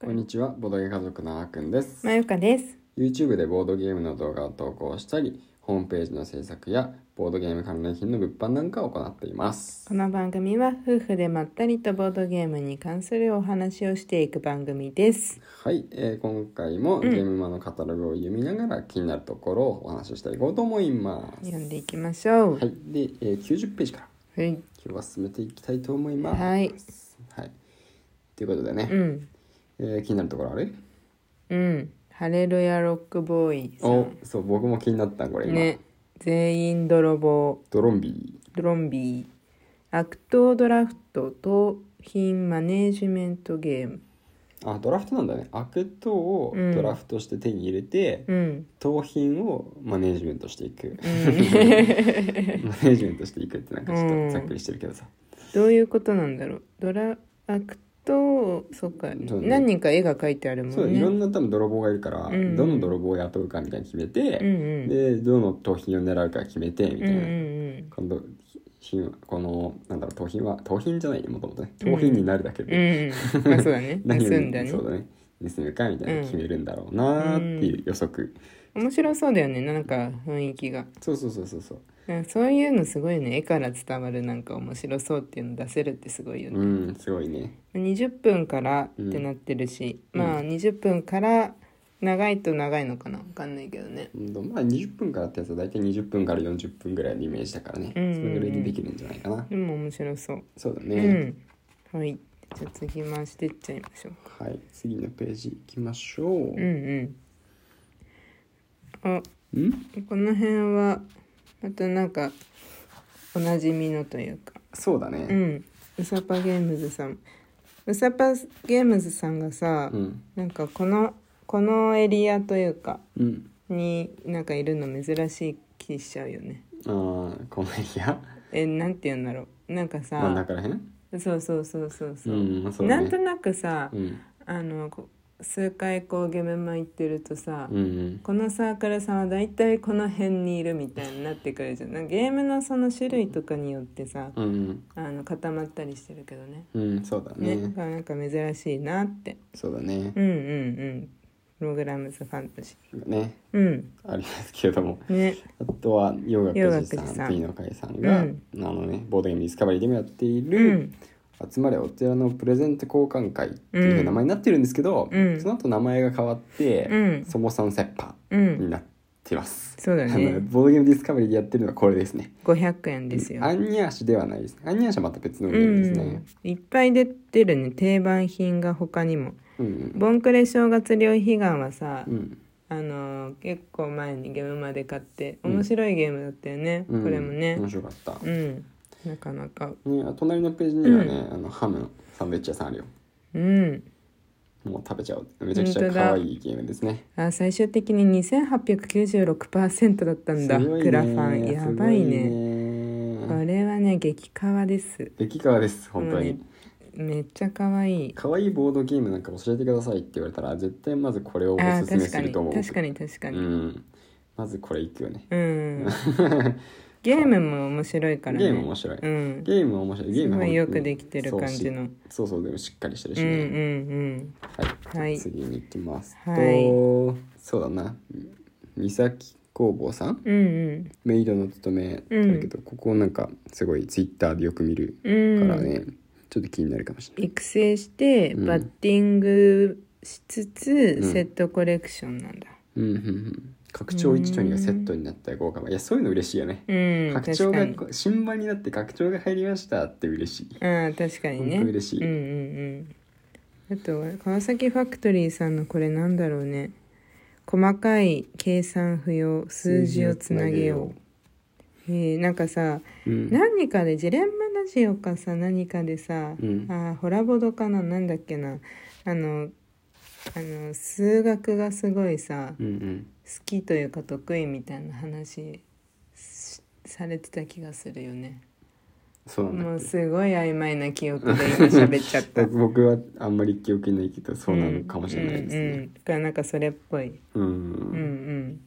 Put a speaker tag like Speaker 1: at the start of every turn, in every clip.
Speaker 1: こんにちは、ボードゲー家族のあーくんです。
Speaker 2: まゆかです。
Speaker 1: YouTube でボードゲームの動画を投稿したり、ホームページの制作やボードゲーム関連品の物販なんかを行っています。
Speaker 2: この番組は夫婦でまったりとボードゲームに関するお話をしていく番組です。
Speaker 1: はい、えー今回もゲームマのカタログを読みながら気になるところをお話ししていこうと思います。
Speaker 2: 読んでいきましょう
Speaker 1: は。い、で、えー90ページから
Speaker 2: はい。
Speaker 1: 今日は進めていきたいと思います。
Speaker 2: はい。
Speaker 1: はい、ということでね、
Speaker 2: うん。
Speaker 1: えー気になるところある
Speaker 2: うん。ハレルヤロックボーイさ
Speaker 1: お
Speaker 2: ん。
Speaker 1: そう僕も気になったこれ今、
Speaker 2: ね。全員泥棒。
Speaker 1: ドロンビ
Speaker 2: ドロンビー。悪党ドラフト。盗品マネージメントゲーム。
Speaker 1: ーあドラフトなんだねアクトを
Speaker 2: うん
Speaker 1: ドラフトして手に入れて、
Speaker 2: うん。
Speaker 1: 盗品をマネージメントしていく、
Speaker 2: う
Speaker 1: マネ
Speaker 2: ん、
Speaker 1: ージメントしていくってなんかちょっとざっくりしてるけどさ、
Speaker 2: どういうことなんだろう。ドラ、悪党、そっか。
Speaker 1: そうね
Speaker 2: 何人か絵が描いてあるもんね。
Speaker 1: そういろんな多分泥棒がいるから、
Speaker 2: うん
Speaker 1: どの泥棒を雇うかみたいに決め
Speaker 2: うん
Speaker 1: て、
Speaker 2: うん。
Speaker 1: でどの盗品を狙うか決めてみたいな、
Speaker 2: うんうん
Speaker 1: 今度品このなんだろう盗品は盗品じゃないねもともとね盗品になるだけで、
Speaker 2: うん、うんうん、まあそうだね盗
Speaker 1: 何を
Speaker 2: んだね
Speaker 1: そうだね盗むかみたいなの決めるんだろうなーっていう予測、
Speaker 2: 面白そうだよねなんか雰囲気が
Speaker 1: そうそうそうそうそう
Speaker 2: なんかそういうのすごいね絵から伝わるなんか面白そうっていうの出せるってすごいよね、
Speaker 1: うんすごいね
Speaker 2: 20分からってなってるし、
Speaker 1: うん
Speaker 2: まあ20分から長いと長いのかなわかんないけどね
Speaker 1: うんとまあ20分からってやつは大体20分から40分ぐらいのイメージだからね、
Speaker 2: うんうんうん
Speaker 1: それぐらいでできるんじゃないかな
Speaker 2: でも面白そう、
Speaker 1: そうだね、
Speaker 2: うんはいじゃあ次回してっちゃいましょう
Speaker 1: はい次のページ行きましょう、
Speaker 2: うんうんあ
Speaker 1: うん
Speaker 2: この辺はまたなんかおなじみのというか
Speaker 1: そうだ
Speaker 2: う
Speaker 1: ね
Speaker 2: ん、ウサパゲームズさんウサパゲームズさんがさ、
Speaker 1: うん
Speaker 2: なんかこのこのエリアというか
Speaker 1: うん、
Speaker 2: になんかいるの珍しい気しちゃうよね
Speaker 1: ああこのエリア
Speaker 2: えなんて言うんだろうなんか
Speaker 1: 真ん
Speaker 2: さ
Speaker 1: 中らへん
Speaker 2: そうそうそうそうそう、
Speaker 1: うんそうだ
Speaker 2: なん
Speaker 1: ね
Speaker 2: となくさ、
Speaker 1: うん
Speaker 2: あのこ数回こうゲメマ行ってるとさ、
Speaker 1: うんうん
Speaker 2: このサークルさんは大体この辺にいるみたいになってくるじゃんなんかゲームのその種類とかによってさ
Speaker 1: うん
Speaker 2: あの固まったりしてるけどね
Speaker 1: うんそうだね
Speaker 2: ね、なんか珍しいなって
Speaker 1: そうだね
Speaker 2: うんうんうんプログラムズファンタジ
Speaker 1: ね
Speaker 2: ーうん
Speaker 1: ありますけれども
Speaker 2: ね
Speaker 1: あとは洋楽
Speaker 2: 洋
Speaker 1: 寺
Speaker 2: 楽寺
Speaker 1: さ
Speaker 2: さ
Speaker 1: ん
Speaker 2: ん
Speaker 1: P の会さんが、
Speaker 2: うん
Speaker 1: あのねボードゲームディスカバリーでもやっていうる、
Speaker 2: ん
Speaker 1: 集まれお寺のプレゼント交換会っていう名前になってるんですけど、
Speaker 2: うん
Speaker 1: その後名前が変わって、
Speaker 2: うん
Speaker 1: そもさんセッパ
Speaker 2: う
Speaker 1: ーに
Speaker 2: ん
Speaker 1: なってます、
Speaker 2: そうだ
Speaker 1: あの
Speaker 2: ね
Speaker 1: ボードゲームディスカバリーでやってるのはこれですね
Speaker 2: 500円ですよ
Speaker 1: アンニャーシではないですアンニャーシはまた別の
Speaker 2: う
Speaker 1: ゲームです
Speaker 2: ん
Speaker 1: ね、
Speaker 2: いっぱい出てるね定番品が他にも
Speaker 1: うん、
Speaker 2: ボンクレ正月料理悲願はさ、
Speaker 1: うん
Speaker 2: あのー結構前にゲームまで買って
Speaker 1: うん
Speaker 2: 面白いゲームだったよね、
Speaker 1: うん
Speaker 2: これもね
Speaker 1: 面白かった、
Speaker 2: うん、なかなか
Speaker 1: ね、隣のページにはね、あのハムのサンドイッチ屋さんあるよ
Speaker 2: うん
Speaker 1: もう食べちゃうめちゃくちゃ可愛いゲームですね
Speaker 2: あ最終的に2896%だったんだ、
Speaker 1: すごいね
Speaker 2: クラファンやばいね
Speaker 1: す
Speaker 2: こ
Speaker 1: ごいね
Speaker 2: れはね激カワです
Speaker 1: 激川です本当に、
Speaker 2: もうねめっちゃ可愛い
Speaker 1: 可愛いボードゲームなんか教えてくださいって言われたら絶対まずこれをおす
Speaker 2: あー
Speaker 1: すめ
Speaker 2: 確
Speaker 1: す
Speaker 2: か
Speaker 1: る
Speaker 2: に
Speaker 1: と思う
Speaker 2: 確かに確か
Speaker 1: う
Speaker 2: に
Speaker 1: んまずこれいくよ ね
Speaker 2: うんゲームも面白いからね
Speaker 1: ゲーム面白い、
Speaker 2: うん
Speaker 1: ゲームは面白いゲームは本
Speaker 2: すご
Speaker 1: 当
Speaker 2: い
Speaker 1: に
Speaker 2: よくできてる感じ
Speaker 1: そ
Speaker 2: の
Speaker 1: うしそうそうでもしっかりしてる
Speaker 2: う
Speaker 1: し
Speaker 2: んうん
Speaker 1: ね、
Speaker 2: うん
Speaker 1: はい、
Speaker 2: はい
Speaker 1: 次に行きますと、
Speaker 2: は
Speaker 1: そうだな三崎工房さん
Speaker 2: うんうん
Speaker 1: メイドの務めだけど、ここなんかすごいツイッターでよく見る
Speaker 2: うん
Speaker 1: からね、ちょっと気になるかもしれない
Speaker 2: 育成して
Speaker 1: うん
Speaker 2: バッティングしつつ、
Speaker 1: うん
Speaker 2: セットコレクションなんだ
Speaker 1: うんうんうん拡張1と2がセットになった豪華版いやそういうの嬉しいよね
Speaker 2: うん
Speaker 1: 拡
Speaker 2: 確
Speaker 1: 張
Speaker 2: か
Speaker 1: が
Speaker 2: に
Speaker 1: こう新版になって拡張が入りましたって嬉しい
Speaker 2: ああ確かにね
Speaker 1: 本当嬉しい
Speaker 2: うんうんうんあとは川崎ファクトリーさんのこれなんだろうね細かい計算不要数字をつなげようえーなんかさ
Speaker 1: う、うん、
Speaker 2: 何かでジレンマラジオかさ何かでさ、
Speaker 1: うん
Speaker 2: あーホラボドかななんだっけなあのあの数学がすごいさ
Speaker 1: うんうん
Speaker 2: 好きというか得意みたいな話しされてた気がするよね
Speaker 1: そうなんだ
Speaker 2: もうすごい曖昧な記憶で今喋っちゃった
Speaker 1: だから僕はあんまり記憶にないけど そうなのかもしれないです
Speaker 2: うんうんう
Speaker 1: ね
Speaker 2: んだからなんかそれっぽい
Speaker 1: うん、
Speaker 2: うんうん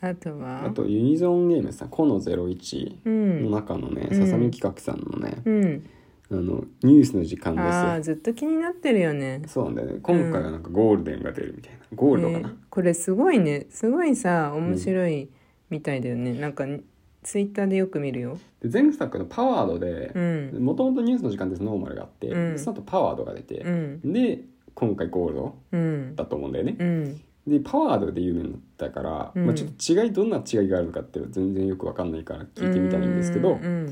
Speaker 2: あとは
Speaker 1: あとユニゾンゲームさ「コの01」
Speaker 2: う
Speaker 1: の
Speaker 2: ん
Speaker 1: 中のね
Speaker 2: うん
Speaker 1: ささみ企画さんのね、
Speaker 2: うん
Speaker 1: ああのニュースの時間
Speaker 2: ああ
Speaker 1: で
Speaker 2: ずっと気になってるよね
Speaker 1: すそうなんだよね今回はなんかゴールデンが出るみたいな、ゴールドかな、
Speaker 2: ねこれすごいねすごいさ面白いみたいだよね、なんかツイッターでよく見るよ
Speaker 1: で前作の「パワードで」
Speaker 2: うん
Speaker 1: もともとニュースの時間ですノーマルがあって、
Speaker 2: うん
Speaker 1: その後パワードが出
Speaker 2: う
Speaker 1: て、
Speaker 2: ん
Speaker 1: で今回ゴールド
Speaker 2: うん
Speaker 1: だと思うんだよね、
Speaker 2: うん
Speaker 1: でパワードで有名になったから、
Speaker 2: うん
Speaker 1: まあ、ちょっと違いどんな違いがあるのかって全然よくわかんないから聞いてみたいんですけど、
Speaker 2: うん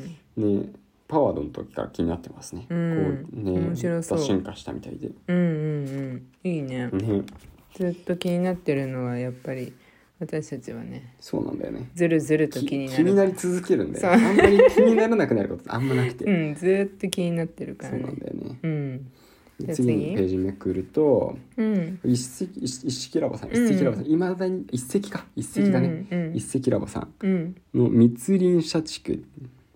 Speaker 1: ねパワードの時から気になってますね、
Speaker 2: うん
Speaker 1: こうね
Speaker 2: 面白そう
Speaker 1: また進化したみたいでね
Speaker 2: うんうんうんいいね、ずっと気になってるのはやっぱり私たちはね
Speaker 1: そうなんだよね
Speaker 2: ずるずると
Speaker 1: き
Speaker 2: 気にな
Speaker 1: 気
Speaker 2: る
Speaker 1: になり続けるんだよ
Speaker 2: そう
Speaker 1: あんまり気にならなくなることってあんまなくて、
Speaker 2: うんずーっと気になってるか
Speaker 1: そ
Speaker 2: ら
Speaker 1: うなん
Speaker 2: ね
Speaker 1: だよね
Speaker 2: うんじゃあ
Speaker 1: 次
Speaker 2: 次
Speaker 1: のページめくると
Speaker 2: うん
Speaker 1: 一石一一石ラボさん
Speaker 2: うん
Speaker 1: 一石ラボさんいま、未だに一石か一石だね、
Speaker 2: うんうん
Speaker 1: 一石ラボさん
Speaker 2: うん、
Speaker 1: の密林社地区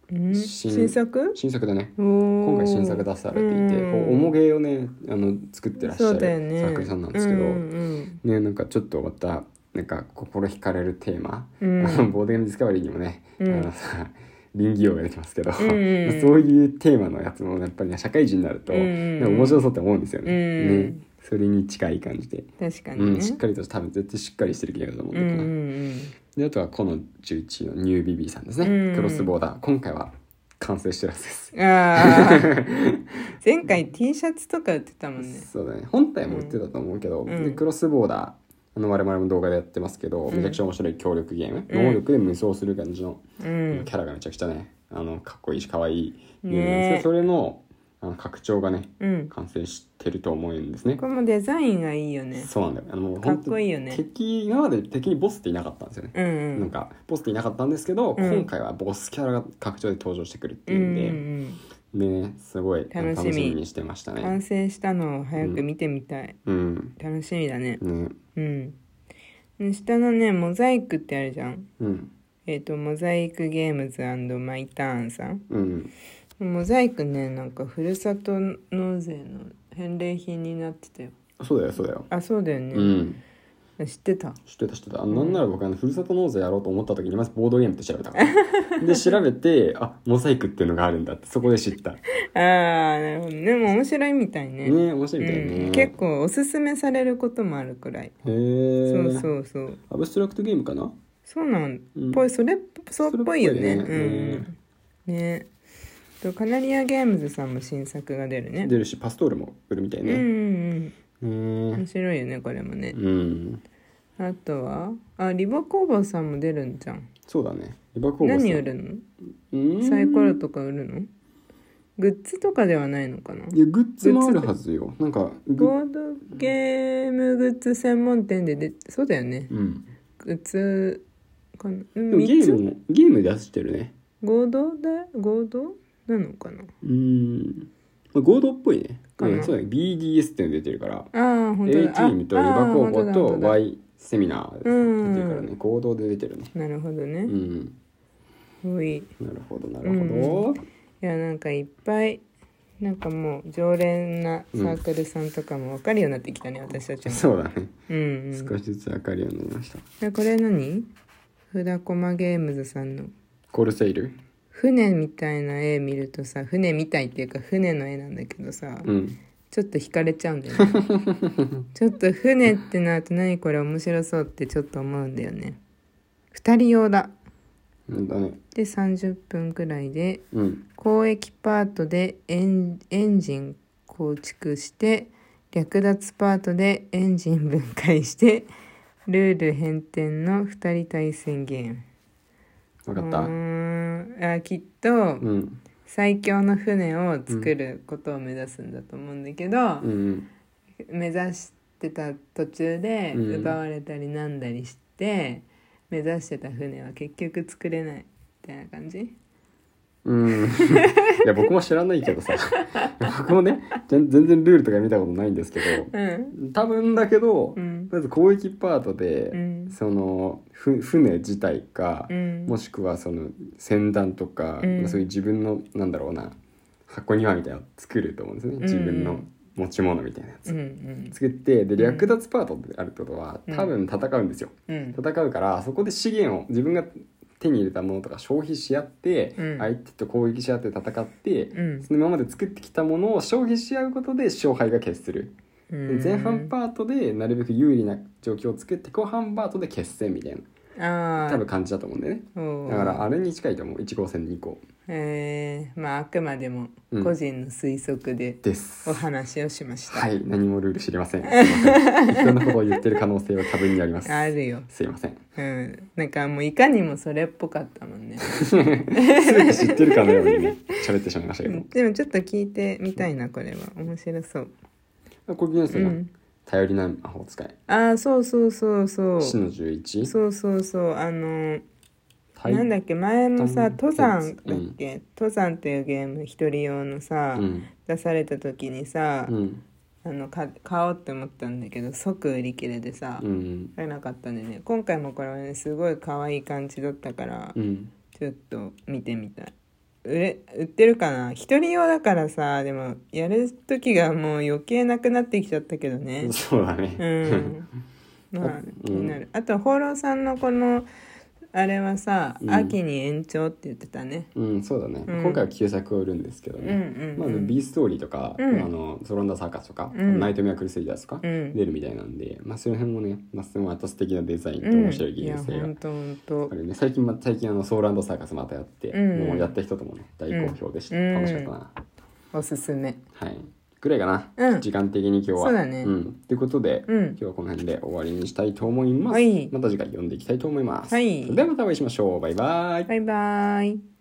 Speaker 2: うん、
Speaker 1: 新
Speaker 2: 新作
Speaker 1: 新作だね今
Speaker 2: 今
Speaker 1: 回新作出されていて、
Speaker 2: うん
Speaker 1: こう重げをねあの作ってらっしゃ
Speaker 2: そうだよ
Speaker 1: る
Speaker 2: ね
Speaker 1: 作家さんなんですけど、
Speaker 2: うん
Speaker 1: ねなんかちょっとまたなんか心惹かれるテーマ、
Speaker 2: うん
Speaker 1: あのボードゲームディスカバリーにもね、
Speaker 2: うん
Speaker 1: あのさ臨機応が出てますけど、
Speaker 2: うんうんうん
Speaker 1: そういうテーマのやつもやっぱり、ね、社会人になると、
Speaker 2: うんうん
Speaker 1: なんか面白そうって思うんですよね,、
Speaker 2: うん
Speaker 1: ねそれに近い感じで、
Speaker 2: うん、確かに
Speaker 1: う
Speaker 2: ね、
Speaker 1: ん、しっかりと多分絶対しっかりしてるゲームだと思うん
Speaker 2: う
Speaker 1: だ
Speaker 2: ん
Speaker 1: け
Speaker 2: うん
Speaker 1: どな、
Speaker 2: うん
Speaker 1: であとはこの11のニュービビーさんですね、
Speaker 2: うんうん
Speaker 1: クロスボーダー今回は完成してるはずです、
Speaker 2: ああ 前回 T シャツとか売ってたもんね
Speaker 1: そうだね本体も売ってたと思うけど、
Speaker 2: うん
Speaker 1: でクロスボーダーあの我々も動画でやってますけど、
Speaker 2: ん
Speaker 1: めちゃくちゃ面白い協力ゲーム、
Speaker 2: うん
Speaker 1: 能力で無双する感じの、
Speaker 2: うん
Speaker 1: キャラがめちゃくちゃねあのかっこいいしかわいいゲームなんですけど、
Speaker 2: ねえ
Speaker 1: それのあの拡張がね
Speaker 2: うん
Speaker 1: 完成してると思うんですね
Speaker 2: これもデザインがいいよね
Speaker 1: そうなんだよあのもう
Speaker 2: かっこいいよね
Speaker 1: 本当に敵今まで敵にボスっていなかったんですよね、
Speaker 2: うんうん
Speaker 1: なんかボスっていなかったんですけど、
Speaker 2: うん
Speaker 1: 今回はボスキャラが拡張で登場してくるって
Speaker 2: う
Speaker 1: い
Speaker 2: ん
Speaker 1: うんで、
Speaker 2: うん
Speaker 1: ねすごいあの
Speaker 2: 楽しみ
Speaker 1: 楽しみにしてました
Speaker 2: うん完
Speaker 1: ね
Speaker 2: 成したのを早く見てみたい、
Speaker 1: うん
Speaker 2: 楽しみだ
Speaker 1: ね
Speaker 2: ねうんで下のねモザイクってあるじゃん
Speaker 1: うん
Speaker 2: えっ、とモザイクゲームズマイターンさん
Speaker 1: うん
Speaker 2: モザイクねなんかふるさと納税の返礼品になってたよ
Speaker 1: そうだよそうだよ、
Speaker 2: あそうだよね、
Speaker 1: うん
Speaker 2: 知ってた
Speaker 1: 知ってた知ってたあのなんなら僕あのふるさと納税やろうと思った時にまずボードゲームって調べたから で調べてあモザイクっていうのがあるんだってそこで知ったね
Speaker 2: あーなるほどでも面白いみたいね
Speaker 1: 面白いみたいね、
Speaker 2: うん、結構おすすめされることもあるくらい、
Speaker 1: へえ
Speaker 2: そうそうそう
Speaker 1: アブストラクトゲームかな
Speaker 2: そうなん
Speaker 1: うん
Speaker 2: ぽい、それっぽそうっぽいよね
Speaker 1: それっぽいね
Speaker 2: うんねとカナリアゲームズさんも新作が出るね
Speaker 1: 出るしパストールも売るみたい
Speaker 2: うん
Speaker 1: ね
Speaker 2: うん
Speaker 1: へ
Speaker 2: うん
Speaker 1: え
Speaker 2: 面白いよねこれもね、
Speaker 1: うん
Speaker 2: あとはあリボ工房さんも出るんじゃん
Speaker 1: そうだねエバコーバさん
Speaker 2: 何売るの
Speaker 1: うん
Speaker 2: サイコロとか売るのグッズとかではないのかない
Speaker 1: やグッズもあるはずよなんかグッ
Speaker 2: ボードゲームグッズ専門店ででそうだよね
Speaker 1: うん
Speaker 2: グッズかな
Speaker 1: でもゲ
Speaker 2: 3
Speaker 1: ー
Speaker 2: つ
Speaker 1: ムもゲームで出してるね
Speaker 2: 合同で合同なのかな
Speaker 1: うんまあ合同っぽいね
Speaker 2: かな
Speaker 1: うんそうだね BDS っていうの出てるから
Speaker 2: ああ本当
Speaker 1: A
Speaker 2: だ
Speaker 1: チームと
Speaker 2: あ
Speaker 1: リバ工
Speaker 2: あー本当
Speaker 1: 房
Speaker 2: だ
Speaker 1: と
Speaker 2: 本当だ
Speaker 1: Y セミナー
Speaker 2: うん
Speaker 1: 出てるからね合同で出てるね
Speaker 2: なるほど
Speaker 1: う
Speaker 2: ね
Speaker 1: ん
Speaker 2: 多いい
Speaker 1: なるほどなるほど
Speaker 2: やなんかいっぱいなんかもう常連なサークルさんとかも分かるようになってきたね、私たちも
Speaker 1: そうだね
Speaker 2: うんうん
Speaker 1: 少しずつ分かるようになりました
Speaker 2: でこれ何ふだこまゲームズさんの
Speaker 1: コールセイル
Speaker 2: 船みたいな絵見るとさ船みたいっていうか船の絵なんだけどさ、
Speaker 1: うん
Speaker 2: ちょっと惹かれちゃうんだよね ちょっと船ってなると何これ面白そうってちょっと思うんだよね2人用だ
Speaker 1: うんだね
Speaker 2: で30分くらいで
Speaker 1: うん
Speaker 2: 交易パートでエンエンジン構築して略奪パートでエンジン分解してルール変転の2人対戦ゲーム
Speaker 1: 分かっ
Speaker 2: うー
Speaker 1: た
Speaker 2: んあきっと、
Speaker 1: うん
Speaker 2: 最強の船を作ることを目指すんだと思うんだけど、
Speaker 1: うんうん
Speaker 2: 目指してた途中で
Speaker 1: うん
Speaker 2: 奪われたりなんだりして、目指してた船は結局作れないみたいな感じ
Speaker 1: うん、いや僕も知らないけどさ僕もね全全然ルールとか見たことないんですけ
Speaker 2: うん
Speaker 1: ど多分だけど、
Speaker 2: うん
Speaker 1: まず攻撃パートで、
Speaker 2: うん
Speaker 1: そのふ船自体か、
Speaker 2: うん
Speaker 1: もしくはその船団とか、
Speaker 2: うん
Speaker 1: そういう自分のなんだろうな箱庭みたいなのを作ると思うんですね、
Speaker 2: ん
Speaker 1: 自分の持ち物みたいなやつ、
Speaker 2: うんうん
Speaker 1: 作ってで略奪パートであるってことは
Speaker 2: うん
Speaker 1: 多分戦うんですよ、
Speaker 2: うん
Speaker 1: 戦うからそこで資源を自分が手に入れたものとか消費し合って、
Speaker 2: うん
Speaker 1: 相手と攻撃し合って戦って、
Speaker 2: うん
Speaker 1: その今まで作ってきたものを消費し合うことで勝敗が決する、で前半パートでなるべく有利な状況を作って後半パートで決戦みたい
Speaker 2: あ
Speaker 1: な
Speaker 2: あ
Speaker 1: 多分感じだと思うんだよね
Speaker 2: 分
Speaker 1: だからあれに近いと思う1号線2個
Speaker 2: えー、まああくまでも
Speaker 1: うん
Speaker 2: 個人の推測で
Speaker 1: です
Speaker 2: お話をしました、
Speaker 1: はい何もルール知りま せんすいません適当なことを言ってる可能性は多分にあります
Speaker 2: あるよ
Speaker 1: すいません
Speaker 2: うんなんかもういかにもそれっぽかったもんね
Speaker 1: 全て知ってるかのようにね喋ってしまいましたけ
Speaker 2: う
Speaker 1: ど、
Speaker 2: んでもちょっと聞いてみたいなこれは面白そう、
Speaker 1: これ気にな
Speaker 2: う
Speaker 1: る
Speaker 2: ん、
Speaker 1: 頼りない魔法使い
Speaker 2: ああそうそうそうそう
Speaker 1: 死の11
Speaker 2: そうそうそうあの
Speaker 1: タイ
Speaker 2: なんだっけ前もさ
Speaker 1: 登
Speaker 2: 登
Speaker 1: 山
Speaker 2: 山だっけ登山っていうゲーム一人用のさ
Speaker 1: うん
Speaker 2: 出された時にさ
Speaker 1: うん
Speaker 2: あのか買おうって思ったんだけど即売り切れでさ
Speaker 1: うん
Speaker 2: 買えなかったんでね今回もこれはねすごい可愛い感じだったから
Speaker 1: うん
Speaker 2: ちょっと見てみたい売れ売ってるかな一人用だからさでもやる時がもう余計なくなってきちゃったけどね
Speaker 1: そうだ
Speaker 2: う
Speaker 1: ね
Speaker 2: んま
Speaker 1: あ
Speaker 2: あ気になる、あと放浪さんのこのあれはさ、
Speaker 1: うん
Speaker 2: 秋に延長って言ってたね
Speaker 1: うんそうだね
Speaker 2: うん
Speaker 1: 今回は旧作を売るんですけど
Speaker 2: うんう
Speaker 1: ね
Speaker 2: ん、うん、
Speaker 1: まあ B ストーリーとかあ
Speaker 2: うん
Speaker 1: のゾロンダサーカスとか
Speaker 2: うん
Speaker 1: ナイトメアクルセイダーとか
Speaker 2: うん
Speaker 1: 出るみたいなんでまあその辺もねまあすごい私的なデザインと
Speaker 2: うん
Speaker 1: 面白い技術
Speaker 2: い
Speaker 1: 性
Speaker 2: や
Speaker 1: が
Speaker 2: ほんとほんと
Speaker 1: あれね最近ま最近あのソーランドサーカスまたやって
Speaker 2: うん
Speaker 1: もうやった人ともね大好評でした
Speaker 2: うん
Speaker 1: 楽しかったな
Speaker 2: おすすめ
Speaker 1: はいぐらいかな
Speaker 2: うん
Speaker 1: 時間的に今日は
Speaker 2: そうだね
Speaker 1: んということで
Speaker 2: うん
Speaker 1: 今日はこの辺で終わりにしたいと思います。
Speaker 2: はい
Speaker 1: また次回読んでいきたいと思います。
Speaker 2: はい
Speaker 1: それではまたお会いしましょう。バイバイ。
Speaker 2: バイバイ